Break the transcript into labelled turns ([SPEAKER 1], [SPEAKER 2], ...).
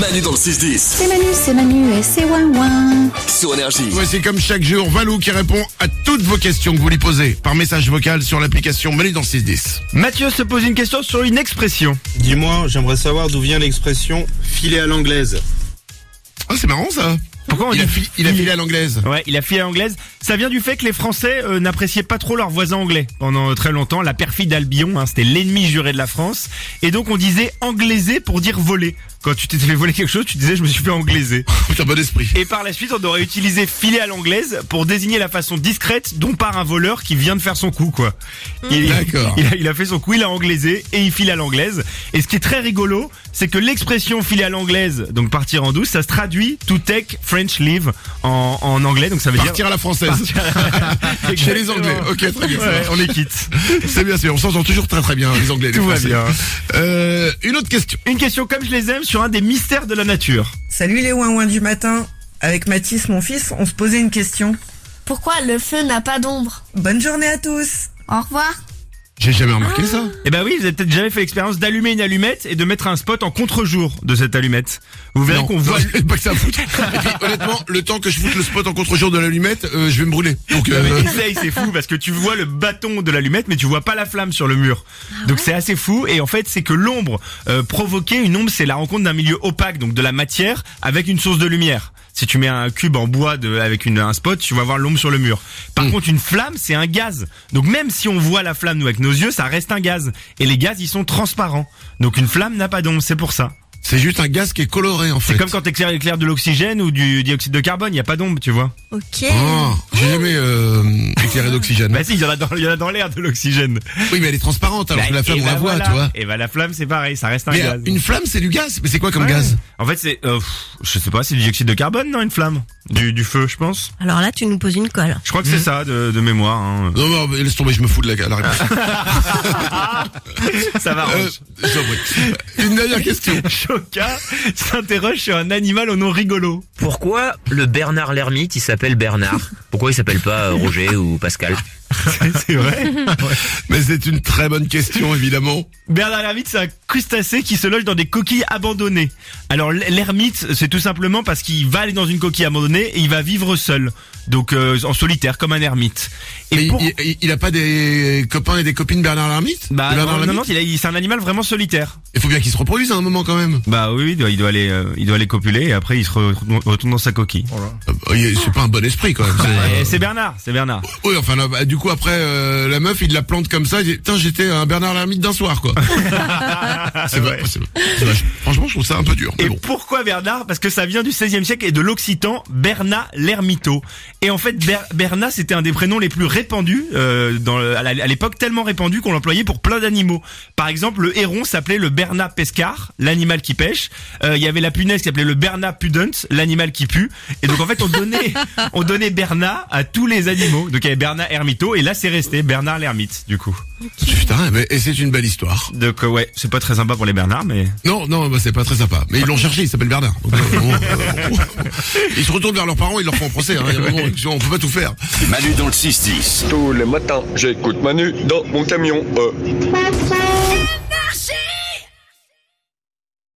[SPEAKER 1] Manu dans le 6-10
[SPEAKER 2] C'est Manu, c'est Manu et c'est Ouin
[SPEAKER 1] sur Énergie.
[SPEAKER 3] Voici comme chaque jour Valou qui répond à toutes vos questions que vous lui posez par message vocal sur l'application Manu dans le 610.
[SPEAKER 4] Mathieu se pose une question sur une expression.
[SPEAKER 5] Dis-moi, j'aimerais savoir d'où vient l'expression filer à l'anglaise.
[SPEAKER 3] Ah c'est marrant ça.
[SPEAKER 4] Pourquoi on
[SPEAKER 3] Il a,
[SPEAKER 4] dit-
[SPEAKER 3] fi- il a filé à l'anglaise.
[SPEAKER 4] Ouais, il a filé à l'anglaise. Ça vient du fait que les Français euh, n'appréciaient pas trop leurs voisins anglais pendant euh, très longtemps. La perfide Albion, hein, c'était l'ennemi juré de la France. Et donc on disait anglaisé pour dire voler. Quand tu t'étais fait voler quelque chose, tu disais je me suis fait anglaiser.
[SPEAKER 3] Putain bon esprit.
[SPEAKER 4] Et par la suite, on aurait utilisé filer à l'anglaise pour désigner la façon discrète dont part un voleur qui vient de faire son coup, quoi. Il,
[SPEAKER 3] D'accord.
[SPEAKER 4] Il a, il a fait son coup, il a anglaisé et il file à l'anglaise. Et ce qui est très rigolo, c'est que l'expression filer à l'anglaise, donc partir en douce, ça se traduit to take French leave en, en anglais, donc ça veut dire
[SPEAKER 3] Partir à la française. Chez les Anglais. Ok très bien. ça
[SPEAKER 4] Ouais,
[SPEAKER 3] marche.
[SPEAKER 4] on est quitte.
[SPEAKER 3] C'est bien, c'est bien. On s'entend toujours très très bien les Anglais. les
[SPEAKER 4] Tout va
[SPEAKER 3] Français.
[SPEAKER 4] bien.
[SPEAKER 3] Euh, une autre question.
[SPEAKER 4] Une question comme je les aime sur un des mystères de la nature.
[SPEAKER 6] Salut les ouin du matin. Avec Mathis, mon fils, on se posait une question.
[SPEAKER 7] Pourquoi le feu n'a pas d'ombre
[SPEAKER 6] Bonne journée à tous.
[SPEAKER 7] Au revoir.
[SPEAKER 3] J'ai jamais remarqué ça.
[SPEAKER 4] Eh ben oui, vous avez peut-être jamais fait l'expérience d'allumer une allumette et de mettre un spot en contre-jour de cette allumette. Vous verrez
[SPEAKER 3] Non,
[SPEAKER 4] qu'on voit
[SPEAKER 3] non, pas que ça foute. Et puis, honnêtement, le temps que je foute le spot en contre-jour de l'allumette, euh, je vais me brûler. Donc,
[SPEAKER 4] Non, mais
[SPEAKER 3] euh,
[SPEAKER 4] essaye, c'est fou parce que tu vois le bâton de l'allumette mais tu vois pas la flamme sur le mur. Donc c'est assez fou et en fait c'est que l'ombre euh, provoquée, une ombre c'est la rencontre d'un milieu opaque donc de la matière avec une source de lumière. Si tu mets un cube en bois de, avec une, un spot, tu vas voir l'ombre sur le mur. Par contre, une flamme, c'est un gaz. Donc même si on voit la flamme nous avec nos yeux, ça reste un gaz. Et les gaz, ils sont transparents. Donc une flamme n'a pas d'ombre, c'est pour ça.
[SPEAKER 3] c'est juste un gaz qui est coloré en fait.
[SPEAKER 4] C'est comme quand t'éclaires éclaires de l'oxygène ou du dioxyde de carbone, il y a pas d'ombre, tu vois.
[SPEAKER 7] Ok.
[SPEAKER 3] Oh, j'ai jamais euh, éclairé d'oxygène.
[SPEAKER 4] Bah si, il y en a dans, il y en a dans l'air de l'oxygène.
[SPEAKER 3] Oui, mais elle est transparente alors
[SPEAKER 4] Bah,
[SPEAKER 3] que la flamme
[SPEAKER 4] et
[SPEAKER 3] on
[SPEAKER 4] bah
[SPEAKER 3] la voit,
[SPEAKER 4] voilà.
[SPEAKER 3] tu vois.
[SPEAKER 4] Et bah la flamme c'est pareil, ça reste un
[SPEAKER 3] Mais
[SPEAKER 4] gaz.
[SPEAKER 3] euh, une flamme, c'est du gaz. Mais c'est quoi comme
[SPEAKER 4] Ouais.
[SPEAKER 3] gaz
[SPEAKER 4] En fait c'est, euh, pff, je sais pas, c'est du dioxyde de carbone non une flamme, du, du feu je pense.
[SPEAKER 8] Alors là, tu nous poses une colle.
[SPEAKER 4] Je crois
[SPEAKER 3] Hmm.
[SPEAKER 4] que c'est ça de, de mémoire. Hein.
[SPEAKER 3] Non, non, mais laisse tomber, je me fous de la, la
[SPEAKER 4] Ah,
[SPEAKER 3] réponse.
[SPEAKER 4] ça va.
[SPEAKER 3] Euh, je t'en prie. Une dernière question.
[SPEAKER 4] Euh, Choca s'interroge sur un animal au nom rigolo.
[SPEAKER 9] Pourquoi le Bernard l'ermite, il s'appelle Bernard Pourquoi il s'appelle pas euh, Roger ou Pascal
[SPEAKER 4] C'est c'est vrai.
[SPEAKER 3] Mais c'est une très bonne question, évidemment.
[SPEAKER 4] Bernard l'ermite, c'est un crustacé qui se loge dans des coquilles abandonnées. Alors l- l'ermite, c'est tout simplement parce qu'il va aller dans une coquille abandonnée et il va vivre seul, donc euh, en solitaire comme un ermite. Et
[SPEAKER 3] Mais
[SPEAKER 4] pour-
[SPEAKER 3] il, il- il a pas des copains et des copines Bernard Lermite
[SPEAKER 4] Bah,
[SPEAKER 3] De
[SPEAKER 4] non,
[SPEAKER 3] Bernard
[SPEAKER 4] non,
[SPEAKER 3] Lermite
[SPEAKER 4] non, il a- il- c'est un animal vraiment solitaire.
[SPEAKER 3] Il faut bien qu'il se reproduise à un moment quand même.
[SPEAKER 4] Bah oui, il doit, il doit aller, euh, il doit aller copuler et après il se re- retourne dans sa coquille.
[SPEAKER 3] Euh, il- C'est pas un bon esprit quand même.
[SPEAKER 4] Et
[SPEAKER 3] c'est-
[SPEAKER 4] c'est Bernard, c'est Bernard.
[SPEAKER 3] Oui, enfin, là, bah, du coup, après, euh, la meuf, il la plante comme ça. il dit, Tiens, j'étais un Bernard Lermite d'un soir, quoi. c'est vrai. c'est vrai. C'est vrai. Franchement, je trouve ça un peu dur. Mais
[SPEAKER 4] Et
[SPEAKER 3] bon.
[SPEAKER 4] pourquoi Bernard Parce que ça vient du 16e siècle et de l'occitan Bernat l'ermito. Et en fait, Ber- Bernat c'était un des prénoms les plus répandus euh, dans le- à la- à l'époque, tellement répandu qu'on l'employait pour plein d'animaux. Par exemple, le héron s'appelait le Bernat pescar, l'animal qui pêche. Euh, Il y avait la punaise qui s'appelait le Bernat pudent, l'animal qui pue. Et donc en fait, on donnait, on donnait Bernat à tous les animaux. Donc il y avait Bernat ermito et là c'est resté Bernard l'ermite du coup.
[SPEAKER 3] Putain, mais et c'est une belle histoire.
[SPEAKER 4] Donc euh, ouais, c'est pas très sympa pour les Bernards, mais
[SPEAKER 3] Non, non, bah, c'est pas très sympa. Mais ils l'ont cherché, il s'appelle Bernard. Donc, euh, bon, euh, bon. ils se retournent vers leurs parents, ils leur font un procès. Hein. Il y a vraiment- on peut pas tout faire.
[SPEAKER 1] Manu dans le 6-10.
[SPEAKER 5] Tous les matins, j'écoute Manu dans mon camion. Euh.